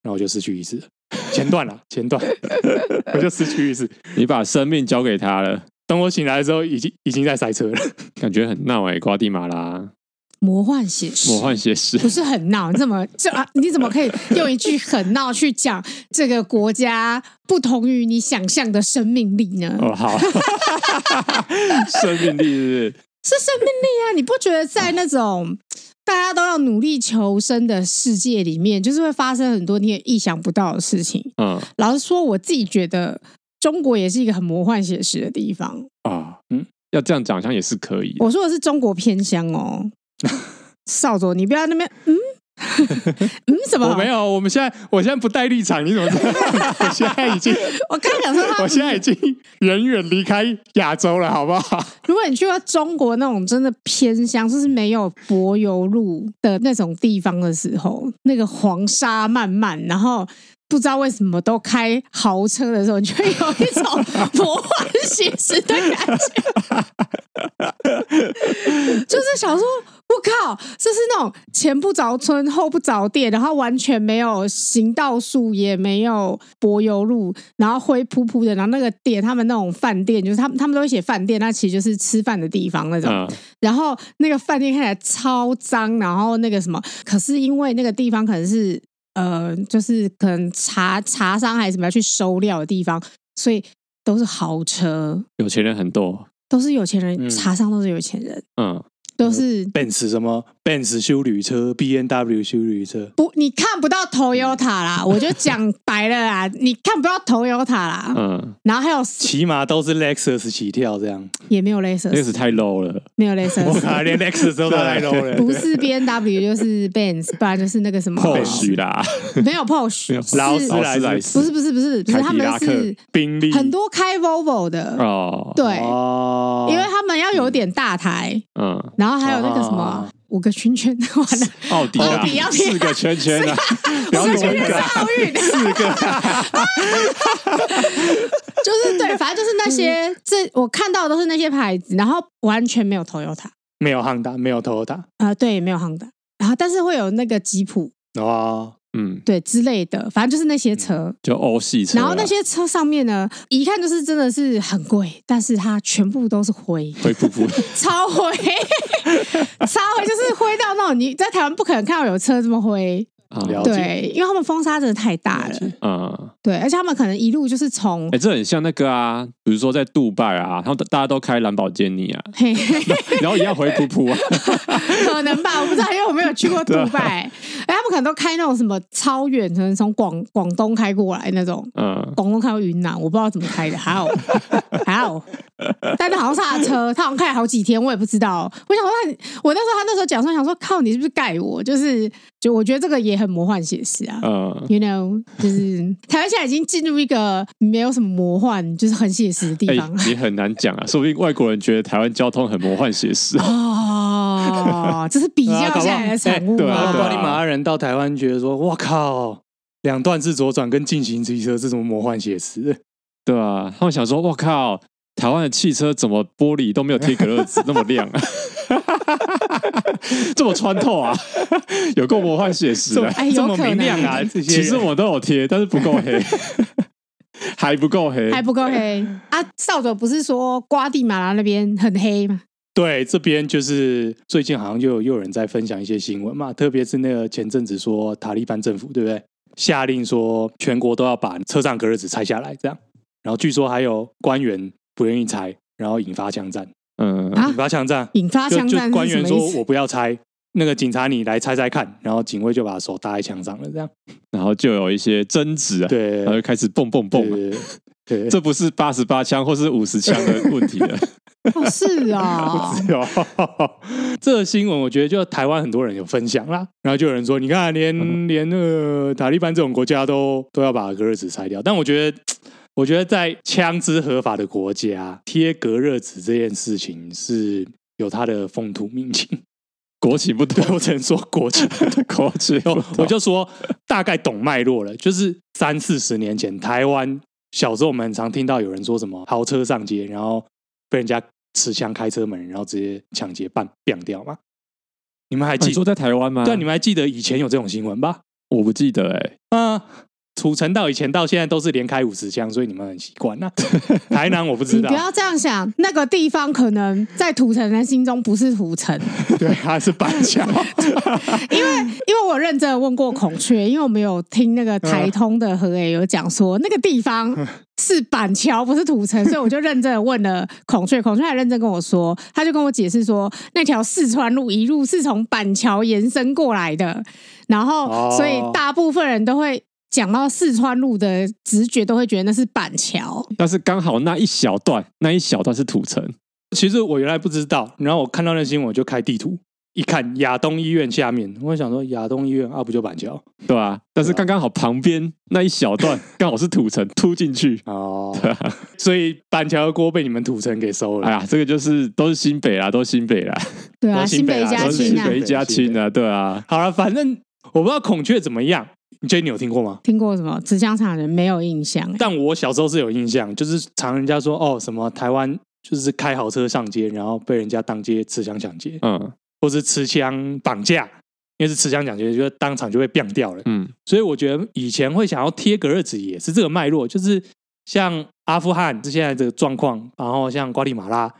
[SPEAKER 1] 然后我就失去意识了，前段了前段， 我就失去意识。
[SPEAKER 2] 你把生命交给他了，
[SPEAKER 1] 等我醒来的时候，已经已经在塞车了。
[SPEAKER 2] 感觉很闹哎、瓜地马拉
[SPEAKER 3] 魔幻写实，
[SPEAKER 2] 魔幻写 实
[SPEAKER 3] 不是很闹，你怎么这啊？你怎么可以用一句很闹去讲这个国家不同于你想象的生命力呢？
[SPEAKER 2] 哦，好，生命力是不是
[SPEAKER 3] 是生命力啊！你不觉得在那种大家都要努力求生的世界里面，就是会发生很多你也意想不到的事情？
[SPEAKER 2] 嗯
[SPEAKER 3] 老实说，我自己觉得中国也是一个很魔幻写实的地方。
[SPEAKER 2] 啊嗯，要这样讲好像也是可以的。
[SPEAKER 3] 我说的是中国偏乡哦，少佐，你不要那边嗯嗯什么？
[SPEAKER 1] 我没
[SPEAKER 3] 有，
[SPEAKER 1] 有，我们现在我现在不带立场，你怎么知道？ 我现在已经，
[SPEAKER 3] 我刚想说他
[SPEAKER 1] 我，现在已经远远离开亚洲了，好不好？
[SPEAKER 3] 如果你去到中国那种真的偏乡，就是没有柏油路的那种地方的时候，那个黄沙漫漫，然后。不知道为什么都开豪车的时候，你就会有一种魔幻写实的感觉，就是想说，我靠，这是那种前不着村后不着店，然后完全没有行道树，也没有柏油路，然后灰扑扑的，然后那个店，他们那种饭店，就是他们他们都会写饭店，那其实就是吃饭的地方那种。
[SPEAKER 2] 嗯，
[SPEAKER 3] 然后那个饭店看起来超脏，然后那个什么，可是因为那个地方可能是呃，就是可能茶茶商还是什么要去收料的地方，所以都是豪车，
[SPEAKER 2] 有钱人很多，
[SPEAKER 3] 都是有钱人，
[SPEAKER 1] 嗯
[SPEAKER 3] 茶商都是有钱人，
[SPEAKER 2] 嗯，
[SPEAKER 3] 都是
[SPEAKER 1] Benz 什么 Benz 修旅车，B N W 修旅车，
[SPEAKER 3] 不你看不到 Toyota 啦，我就讲白了啦，你看不到 Toyota 啦，
[SPEAKER 2] 嗯，
[SPEAKER 3] 然后还有
[SPEAKER 1] 起码都是 Lexus 起跳这样。
[SPEAKER 3] 也没有 Lexus，
[SPEAKER 2] 那个是太 low 了。
[SPEAKER 3] 没有 Lexus，
[SPEAKER 1] 我靠，连 Lexus 都太 low
[SPEAKER 3] 不
[SPEAKER 1] 了，
[SPEAKER 3] 是 B N W 就是 Benz，不然就是那个什么
[SPEAKER 2] 或许啦，
[SPEAKER 3] 没有 Porsche，
[SPEAKER 2] 没有
[SPEAKER 3] 是
[SPEAKER 1] 劳斯莱
[SPEAKER 2] 劳斯莱
[SPEAKER 1] 斯
[SPEAKER 2] 斯
[SPEAKER 3] 不是不是不是，不是
[SPEAKER 2] 凯
[SPEAKER 3] 他
[SPEAKER 2] 迪拉
[SPEAKER 3] 们
[SPEAKER 2] 克
[SPEAKER 3] 是
[SPEAKER 1] 宾利
[SPEAKER 3] 很多开 Volvo 的，
[SPEAKER 2] 哦，
[SPEAKER 3] 对，
[SPEAKER 1] 哦，
[SPEAKER 3] 因为他们要有点大台，
[SPEAKER 2] 嗯，
[SPEAKER 3] 然后还有那个什
[SPEAKER 1] 哦
[SPEAKER 3] 么五个圈圈，完了，
[SPEAKER 2] 奥嗯迪
[SPEAKER 3] 奥迪奥
[SPEAKER 2] 啊，
[SPEAKER 3] 迪
[SPEAKER 2] 四个圈圈 啊，不要
[SPEAKER 3] 五个
[SPEAKER 2] 多
[SPEAKER 3] 圈
[SPEAKER 2] 一
[SPEAKER 3] 圈是
[SPEAKER 2] 个啊，
[SPEAKER 3] 奥运，
[SPEAKER 2] 四个，
[SPEAKER 3] 就是对，反正就是那
[SPEAKER 2] 嗯
[SPEAKER 3] 些这我看到的都是那些牌子，然后完全没有 Toyota，
[SPEAKER 1] 没有 Honda，没有 Toyota
[SPEAKER 3] 啊，对，没有 Honda，然后但是会有那个吉普
[SPEAKER 1] 哦，
[SPEAKER 2] 嗯，
[SPEAKER 3] 对之类的，反正就是那些车，
[SPEAKER 2] 就欧系车啊，
[SPEAKER 3] 然后那些车上面呢，一看就是真的是很贵，但是它全部都是灰，
[SPEAKER 2] 灰 扑扑，
[SPEAKER 3] 超灰，超灰，就是灰到那种你在台湾不可能看到有车这么灰。
[SPEAKER 2] 啊
[SPEAKER 1] 了解
[SPEAKER 3] 对，因为他们风沙真的太大了，
[SPEAKER 2] 嗯，
[SPEAKER 3] 对，而且他们可能一路就 是从
[SPEAKER 2] 哎，这很像那个啊，比如说在杜拜啊，他们大家都开兰博基尼啊，
[SPEAKER 3] 嘿，嘿嘿
[SPEAKER 2] 然后一样灰扑扑啊，
[SPEAKER 3] 可能吧，我不知道，因为我没有去过杜拜，哎，他们可能都开那种什么超远，可能从广广东开过来那种。
[SPEAKER 2] 嗯，
[SPEAKER 3] 广东开到云南，我不知道怎么开的，还好还好，但是好像是他的车，他好像开了好几天，我也不知道。我想说他，我那时候他那时候讲说，想说靠，你是不是盖我？就是就我觉得这个也很魔幻写实啊。
[SPEAKER 2] 嗯，
[SPEAKER 3] You know，就是台湾现在已经进入一个没有什么魔幻，就是很写实的地方
[SPEAKER 2] 哎，也很难讲啊，说不定外国人觉得台湾交通很魔幻写实，
[SPEAKER 1] 哎
[SPEAKER 3] 哦，这是比
[SPEAKER 1] 对啊
[SPEAKER 3] 较
[SPEAKER 1] 搞不
[SPEAKER 3] 下
[SPEAKER 1] 好
[SPEAKER 3] 来的产物
[SPEAKER 2] 哎对啊
[SPEAKER 1] 搞不
[SPEAKER 2] 对
[SPEAKER 1] 好你
[SPEAKER 2] 啊
[SPEAKER 1] 马来人到台湾觉得说，我靠，两段式左转跟进行机车是什么魔幻写实？
[SPEAKER 2] 对啊，他们想说，我靠，台湾的汽车怎么玻璃都没有贴隔热纸那么亮啊， 这么穿透啊， 有够魔幻写实
[SPEAKER 1] 这么
[SPEAKER 2] 的。
[SPEAKER 3] 哎有
[SPEAKER 1] 这么
[SPEAKER 3] 可能
[SPEAKER 1] 明亮啊！这些
[SPEAKER 2] 其实我都有贴，但是不够黑， 还不够黑
[SPEAKER 3] 还。不够黑啊！少佐不是说瓜地马拉那边很黑吗？
[SPEAKER 1] 对，这边就是最近好像又有又有人在分享一些新闻嘛，特别是那个前阵子说塔利班政府对不对，下令说全国都要把车上隔热纸拆下来，这样，然后据说还有官员不愿意拆，然后引发枪战，
[SPEAKER 2] 嗯，
[SPEAKER 3] 啊
[SPEAKER 1] 引发枪战，
[SPEAKER 3] 引发
[SPEAKER 1] 就
[SPEAKER 3] 枪
[SPEAKER 1] 就
[SPEAKER 3] 战
[SPEAKER 1] 官
[SPEAKER 3] 是什
[SPEAKER 1] 员
[SPEAKER 3] 么
[SPEAKER 1] 说
[SPEAKER 3] 意思？
[SPEAKER 1] 我不要拆，那个警察你来拆拆看，然后警卫就把手搭在墙上了，这样，
[SPEAKER 2] 然后就有一些争执啊，
[SPEAKER 1] 对
[SPEAKER 2] 然后就开始蹦蹦蹦啊。
[SPEAKER 1] 对对，
[SPEAKER 2] 这不是八十八枪或是五十枪的问题了，
[SPEAKER 3] 哦，是 啊、哦，
[SPEAKER 1] 有这个新闻，我觉得就台湾很多人有分享啦，然后就有人说，你看连、连那个塔利班这种国家都都要把隔热纸拆掉，但我觉得。我觉得在枪支合法的国家贴隔热纸这件事情是有它的风土民情，
[SPEAKER 2] 国情不
[SPEAKER 1] 对
[SPEAKER 2] 同，
[SPEAKER 1] 我只能说国情。
[SPEAKER 2] 国情不同
[SPEAKER 1] 我就说大概懂脉络了，就是三四十年前台湾小时候，我们很常听到有人说什么豪车上街，然后被人家持枪开车门，然后直接抢劫办变掉嘛。你们还
[SPEAKER 2] 啊你
[SPEAKER 1] 记？
[SPEAKER 2] 说在台湾吗？
[SPEAKER 1] 对，你们还记得以前有这种新闻吧？
[SPEAKER 2] 我不记得哎，
[SPEAKER 1] 啊、楚成到以前到现在都是连开五十枪，所以你们很习惯。 那台南我不知
[SPEAKER 3] 你不
[SPEAKER 1] 道，
[SPEAKER 3] 要这样想，那个地方可能在土城人心中不是 土城，
[SPEAKER 1] 对，他是板桥，
[SPEAKER 3] 因为我认真地问过孔雀，因为我们有听那个台通的何野有讲说，那个地方是板桥，不是土 城，所以我就认真的问了孔雀，孔雀还认真跟我说，他就跟我解释说，那条四川路一路是从板桥延伸过来的，然后、
[SPEAKER 1] 哦
[SPEAKER 3] 所以大部分人都会讲到四川路的直觉都会觉得那是板桥，
[SPEAKER 2] 但是刚好那一小段，那一小段是土城，
[SPEAKER 1] 其实我原来不知道，然后我看到那新闻我就开地图一看，亚东医院下面，我想说亚东医院啊不就板桥
[SPEAKER 2] 对吧、但是刚刚好旁边那一小段刚好是土城，突进去。
[SPEAKER 1] 哦， 所以板桥的锅被你们土城给收了。
[SPEAKER 2] 哎呀，这个就是都是新北啦，都是新北啦，
[SPEAKER 3] 对啊，
[SPEAKER 1] 都新
[SPEAKER 3] 新
[SPEAKER 1] 北
[SPEAKER 3] 北
[SPEAKER 1] 啊
[SPEAKER 3] 家
[SPEAKER 2] 都是
[SPEAKER 3] 亲
[SPEAKER 2] 新
[SPEAKER 3] 啊，
[SPEAKER 2] 北一家亲啊，对啊，
[SPEAKER 1] 好了，反正我不知道孔雀怎么样，你觉得你有听过吗？
[SPEAKER 3] 听过什么纸浆厂人没有印象、 欸
[SPEAKER 1] 但我小时候是有印象，就是常人家说哦什么台湾就是开豪车上街，然后被人家当街持枪抢劫，
[SPEAKER 2] 嗯
[SPEAKER 1] 或是持枪绑架，因为是持枪抢劫，就当场就被毙掉了。
[SPEAKER 2] 嗯，
[SPEAKER 1] 所以我觉得以前会想要贴隔热纸也是这个脉络，就是像阿富汗现在的状况，然后像瓜地马拉，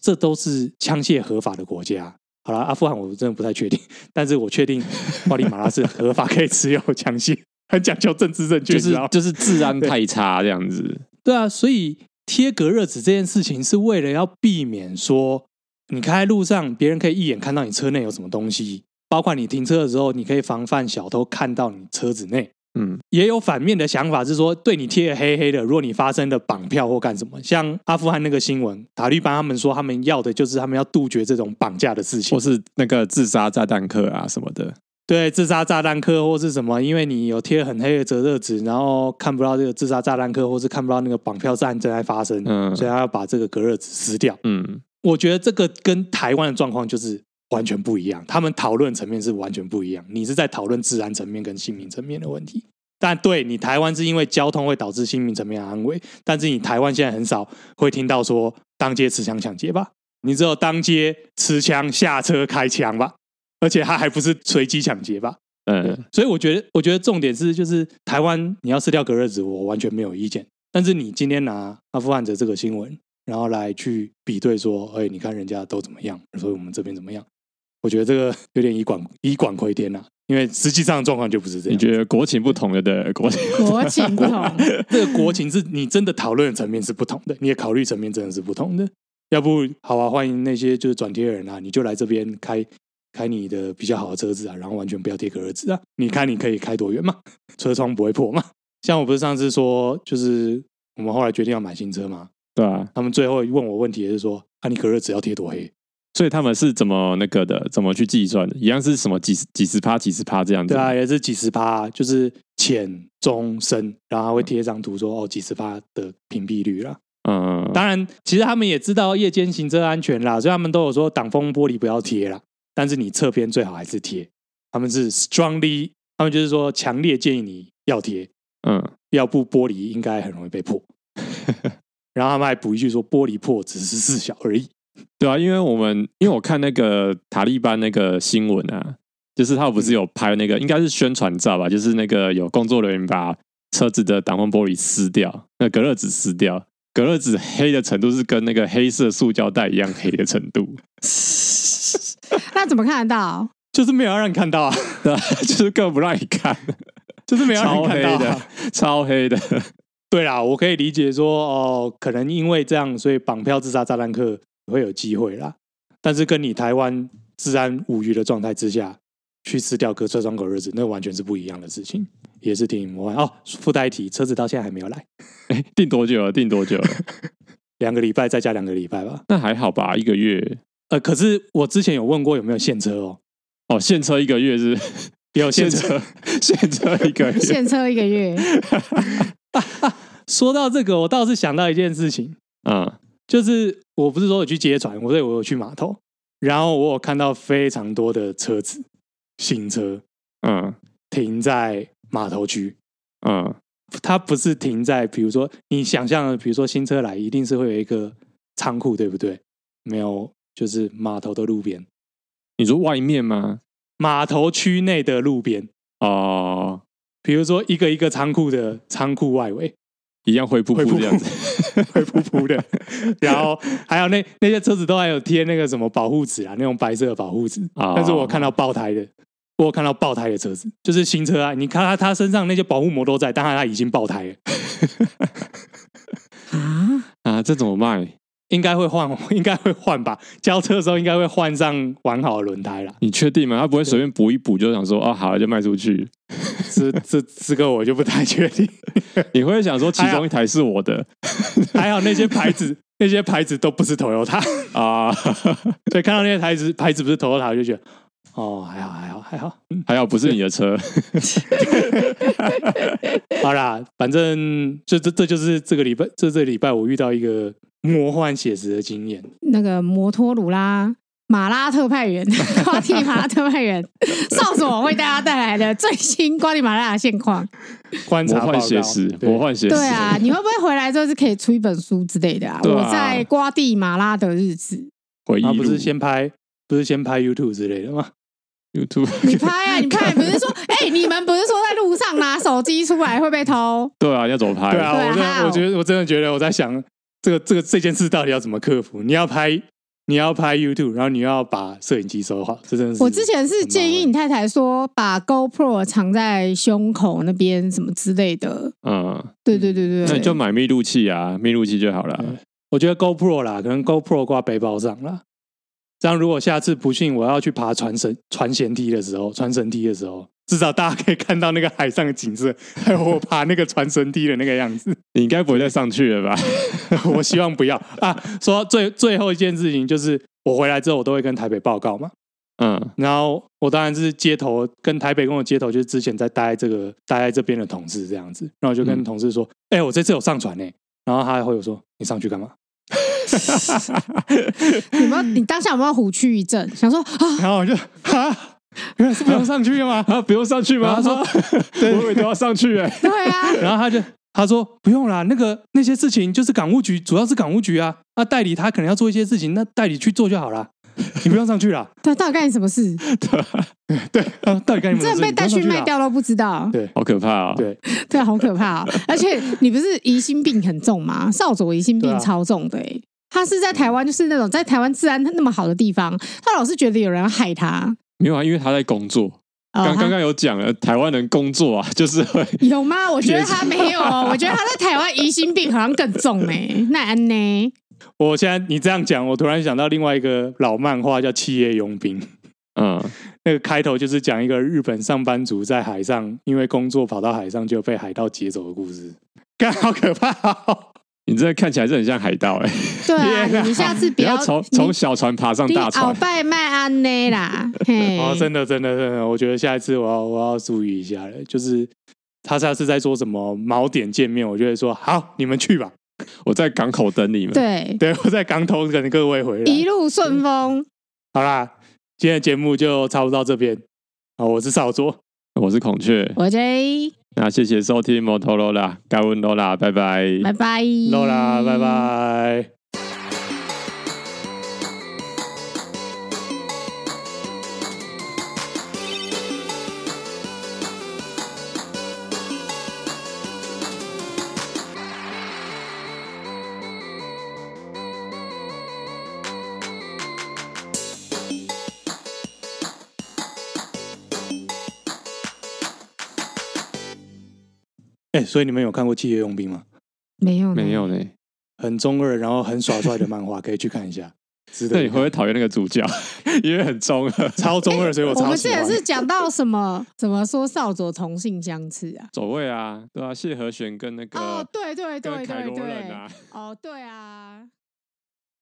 [SPEAKER 1] 这都是枪械合法的国家。好了，阿富汗我真的不太确定，但是我确定瓜地马拉是合法可以持有枪械，很讲究政治正确，
[SPEAKER 2] 就
[SPEAKER 1] 你
[SPEAKER 2] 是
[SPEAKER 1] 知道吗
[SPEAKER 2] 就是治安太差这样子，
[SPEAKER 1] 对啊，所以贴隔热纸这件事情是为了要避免说你开在路上，别人可以一眼看到你车内有什么东西，包括你停车的时候，你可以防范小偷看到你车子内。
[SPEAKER 2] 嗯，
[SPEAKER 1] 也有反面的想法是说，对你贴的黑黑的，如果你发生了绑票或干什么，像阿富汗那个新闻，塔利班他们说他们要的就是他们要杜绝这种绑架的事情
[SPEAKER 2] 或，是那个自杀炸弹客啊什么的，
[SPEAKER 1] 对自杀炸弹客或是什么，因为你有贴很黑的折热纸，然后看不到这个自杀炸弹客，或是看不到那个绑票战正在发生，
[SPEAKER 2] 嗯
[SPEAKER 1] 所以他要把这个隔热纸撕掉。
[SPEAKER 2] 嗯，
[SPEAKER 1] 我觉得这个跟台湾的状况就是完全不一样，他们讨论层面是完全不一样。你是在讨论治安层面跟性命层面的问题，但对你台湾是因为交通会导致性命层面的安危，但是你台湾现在很少会听到说当街持枪抢劫吧？你只有当街持枪下车开枪吧，而且他还不是随机抢劫吧？
[SPEAKER 2] 嗯，
[SPEAKER 1] 所以我觉得，我觉得重点是，就是台湾你要撕掉隔热纸，我完全没有意见。但是你今天拿阿富汗的这个新闻，然后来去比对说，哎，你看人家都怎么样，所以我们这边怎么样？我觉得这个有点以管以管窥天呐、因为实际上的状况就不是这
[SPEAKER 2] 你
[SPEAKER 1] 样。
[SPEAKER 2] 觉得国情不同的对国情
[SPEAKER 3] 国情不同，
[SPEAKER 1] 这个国情是你真的讨论的层面是不同的，你也考虑层面真的是不同的。要不好啊，欢迎那些就是转贴的人啊，你就来这边开开你的比较好的车子啊，然后完全不要贴隔热纸啊，你看你可以开多远嘛，车窗不会破嘛。像我不是上次说，就是我们后来决定要买新车嘛，
[SPEAKER 2] 对啊，
[SPEAKER 1] 他们最后问我问题也是说，啊，你隔热纸要贴多黑？
[SPEAKER 2] 所以他们是怎么那个的，怎么去计算的？一样是什么几十几十趴几十趴这样子？
[SPEAKER 1] 对啊，，也是几十趴，就是浅中深，然后他会贴一张图说，哦，几十趴的屏蔽率啦。
[SPEAKER 2] 嗯，
[SPEAKER 1] 当然，其实他们也知道夜间行车安全啦，所以他们都有说挡风玻璃不要贴啦，但是你侧边最好还是贴。他们是 strongly，他们就是说强烈建议你要贴，
[SPEAKER 2] 嗯，
[SPEAKER 1] 要不玻璃应该很容易被破。然后他们还补一句说，玻璃破只是事小而已。
[SPEAKER 2] 对啊，因为我们因为我看那个塔利班那个新闻啊，就是他
[SPEAKER 1] 嗯
[SPEAKER 2] 不是有拍那个应该是宣传照吧，就是那个有工作人员把车子的挡风玻璃撕掉，那隔热纸撕掉，隔热纸黑的程度是跟那个黑色塑胶袋一样黑的程度，
[SPEAKER 3] 那怎么看得到？
[SPEAKER 1] 就是没有要让你看到啊，
[SPEAKER 2] 对、啊，就是更不让你看，
[SPEAKER 1] 就是没有让
[SPEAKER 2] 超
[SPEAKER 1] 你
[SPEAKER 2] 黑
[SPEAKER 1] 看到、
[SPEAKER 2] 的
[SPEAKER 1] 啊。，
[SPEAKER 2] 超黑的，
[SPEAKER 1] 对啦，我可以理解说，哦，可能因为这样，所以绑票自杀炸弹客会有机会啦。但是跟你台湾治安无虞的状态之下，去吃掉隔车窗狗日子，那完全是不一样的事情，也是挺魔幻哦。附带一提，车子到现在还没有来，
[SPEAKER 2] 定多久了？定多久了？
[SPEAKER 1] 两个礼拜再加两个礼拜吧。
[SPEAKER 2] 那还好吧，一个月
[SPEAKER 1] 呃，可是我之前有问过有没有现车哦，
[SPEAKER 2] 哦，现车一个月是
[SPEAKER 1] 有现
[SPEAKER 2] 现
[SPEAKER 1] 车。
[SPEAKER 2] 车，现车一个月，
[SPEAKER 3] 现车一个月，
[SPEAKER 1] 说到这个，我倒是想到一件事情，
[SPEAKER 2] 嗯
[SPEAKER 1] 就是我不是说我去接船，我对我有去码头，然后我有看到非常多的车子，新车，
[SPEAKER 2] 嗯
[SPEAKER 1] 停在码头区，
[SPEAKER 2] 嗯，
[SPEAKER 1] 它不是停在，比如说你想象的，比如说新车来，一定是会有一个仓库，对不对？没有，就是码头的路边，
[SPEAKER 2] 你说外面吗？
[SPEAKER 1] 码头区内的路边，
[SPEAKER 2] 哦，
[SPEAKER 1] 比如说一个一个仓库的仓库外围，
[SPEAKER 2] 一样灰扑
[SPEAKER 1] 灰
[SPEAKER 2] 扑
[SPEAKER 1] 扑
[SPEAKER 2] 这样子，
[SPEAKER 1] 灰扑扑的，然后还有那那些车子都还有贴那个什么保护纸啊，那种白色的保护纸。
[SPEAKER 2] 哦
[SPEAKER 1] 但是我看到爆胎的，我有看到爆胎的车子，就是新车啊，你看他他身上那些保护膜都在，但是他已经爆胎了。
[SPEAKER 3] 啊，
[SPEAKER 2] 啊，这怎么卖？
[SPEAKER 1] 应该会换， 应该会换吧。交车的时候应该会换上完好的轮胎啦。
[SPEAKER 2] 你确定吗？他不会随便补一补就想说啊，好了就卖出去？
[SPEAKER 1] 这这这个我就不太确定。
[SPEAKER 2] 你会想说其中一台是我的
[SPEAKER 1] 还好那些牌子，那些牌子都不是 Toyota，
[SPEAKER 2] 啊？
[SPEAKER 1] 所以看到那些牌子牌子不是 Toyota，我就觉得哦，还好还好还好，
[SPEAKER 2] 还好不是你的车，
[SPEAKER 1] 好啦，反正这这这就是这个礼拜，这这礼拜我遇到一个魔幻写实的经验。
[SPEAKER 3] 那个摩托鲁拉。马拉特派员，瓜地马拉特派员，少佐为大家带来的最新瓜地马拉的现况。
[SPEAKER 1] 观
[SPEAKER 2] 魔
[SPEAKER 1] 察报告
[SPEAKER 2] 幻写实，
[SPEAKER 1] 对
[SPEAKER 2] 魔幻写实。
[SPEAKER 3] 对啊，你会不会回来之后是可以出一本书之类的啊？
[SPEAKER 2] 对啊
[SPEAKER 3] 我在瓜地马拉的日子，
[SPEAKER 2] 回忆
[SPEAKER 1] 啊，
[SPEAKER 2] 录
[SPEAKER 1] 不是先拍，不是先拍 YouTube 之类的吗？
[SPEAKER 3] 你
[SPEAKER 2] YouTube
[SPEAKER 3] 拍啊，你拍，不是说，哎、你们不是说在路上拿手机出来会被偷？
[SPEAKER 2] 对啊，要怎么拍？
[SPEAKER 1] 对啊，
[SPEAKER 3] 对啊
[SPEAKER 1] 我真
[SPEAKER 3] 还
[SPEAKER 1] 的，
[SPEAKER 3] 有
[SPEAKER 1] 我觉得我真的觉得我在想，这个这个这件事到底要怎么克服？你要拍，你要拍 YouTube，然后你要把摄影机收好，这真的是。
[SPEAKER 3] 我之前是建议你太太说把 GoPro 藏在胸口那边什么之类的。
[SPEAKER 2] 嗯，
[SPEAKER 3] 对对对
[SPEAKER 2] 那
[SPEAKER 3] 对
[SPEAKER 2] 你就
[SPEAKER 3] 对，
[SPEAKER 2] 买密录器啊，密录器就好了。
[SPEAKER 1] 我觉得 GoPro 啦，可能 GoPro 挂背包上啦。这样，如果下次不幸我要去爬船绳、船舷梯的时候，船绳梯的时候，至少大家可以看到那个海上的景色，还有我爬那个船绳梯的那个样子。
[SPEAKER 2] 你应该不会再上去了吧？
[SPEAKER 1] 我希望不要啊。说到最最后一件事情就是，我回来之后我都会跟台北报告嘛。
[SPEAKER 2] 嗯，
[SPEAKER 1] 然后我当然是街头跟台北跟我街头，就是之前在待这个待在这边的同事这样子。然后我就跟
[SPEAKER 2] 嗯
[SPEAKER 1] 同事说：“哎、我这次有上船呢、然后他会有说：“你上去干嘛
[SPEAKER 3] 有没有？你当下有没有虎躯一震，想说啊？”，
[SPEAKER 1] 然后我就哈，原来是不用上去的 吗？
[SPEAKER 2] 啊，不用上去吗？
[SPEAKER 1] 然后
[SPEAKER 2] 他 说，我以为都要上去哎。
[SPEAKER 3] 对啊，
[SPEAKER 1] 然后他就他说不用啦，那个那些事情就是港务局，主要是港务局啊。那、代理他可能要做一些事情，那代理去做就好啦。你不用上去 啦。
[SPEAKER 3] 对，到底干你什么事？
[SPEAKER 1] 对，啊、到底该你们
[SPEAKER 3] 真的被带去卖。掉都不知道，
[SPEAKER 1] 啊对
[SPEAKER 2] 好可怕啊！
[SPEAKER 1] 对，
[SPEAKER 3] 对，好可怕、哦！而且你不是疑心病很重吗？少佐疑心
[SPEAKER 1] 对
[SPEAKER 3] 病
[SPEAKER 1] 啊
[SPEAKER 3] 超重的、欸，他是在台湾，就是那种在台湾治安那么好的地方，他老是觉得有人要害他。
[SPEAKER 2] 没有啊，因为他在工作。
[SPEAKER 3] 哦
[SPEAKER 2] 刚
[SPEAKER 3] 他
[SPEAKER 2] 刚刚有讲了，台湾人工作啊，就是会
[SPEAKER 3] 有吗？我觉得他没有哦，我觉得他在台湾疑心病好像更重哎、那安呢？
[SPEAKER 1] 我现在你这样讲，我突然想到另外一个老漫画叫《七夜佣兵》。
[SPEAKER 2] 嗯，
[SPEAKER 1] 那个开头就是讲一个日本上班族在海上，因为工作跑到海上就被海盗劫走的故事，干好可怕、哦！
[SPEAKER 2] 你这看起来是很像海盗 哎。
[SPEAKER 3] 对啊，
[SPEAKER 1] 天啊
[SPEAKER 3] 你下次不
[SPEAKER 2] 你要从
[SPEAKER 3] 你
[SPEAKER 2] 从小船爬上
[SPEAKER 3] 你哦
[SPEAKER 2] 大
[SPEAKER 3] 鳌
[SPEAKER 2] 船，
[SPEAKER 3] 拜卖安 呢啦，嘿，
[SPEAKER 1] 哦，真的，真的，真的，我觉得下一次我要我要注意一下了。就是他下次在说什么锚点见面，我就会说好，你们去吧。
[SPEAKER 2] 我在港口等你们。
[SPEAKER 3] 对，
[SPEAKER 1] 对我在港头等各位
[SPEAKER 2] 啊
[SPEAKER 1] 回
[SPEAKER 3] 一
[SPEAKER 1] 来。
[SPEAKER 3] 路顺风。
[SPEAKER 1] 好啦，今天的节目就差不多到这边。啊，我是少佐，
[SPEAKER 2] 我是孔雀，
[SPEAKER 3] 我 J，
[SPEAKER 2] 那谢谢收听摩托罗拉，盖温罗拉，拜拜。
[SPEAKER 3] 拜拜，
[SPEAKER 1] 露啦，拜。拜。哎、所以你们有看过《七夜佣兵》吗？
[SPEAKER 3] 没有，
[SPEAKER 2] 没。有呢，
[SPEAKER 1] 很中二，然后很耍帅的漫画，可以去看一下，值
[SPEAKER 2] 那你
[SPEAKER 1] 得
[SPEAKER 2] 会不会讨厌那个主角？ 因为很中二，
[SPEAKER 1] 超中二，所以我
[SPEAKER 3] 我
[SPEAKER 1] 超
[SPEAKER 3] 们
[SPEAKER 1] 喜
[SPEAKER 3] 之
[SPEAKER 1] 欢
[SPEAKER 3] 前。是讲到什么？怎么说少佐同性相斥啊？
[SPEAKER 2] 走位啊，对啊，谢和弦跟那个
[SPEAKER 3] 哦，对对
[SPEAKER 2] 跟
[SPEAKER 3] 对
[SPEAKER 2] 凯
[SPEAKER 3] 对
[SPEAKER 2] 罗
[SPEAKER 3] 对
[SPEAKER 2] 人，啊。
[SPEAKER 3] 哦，对啊。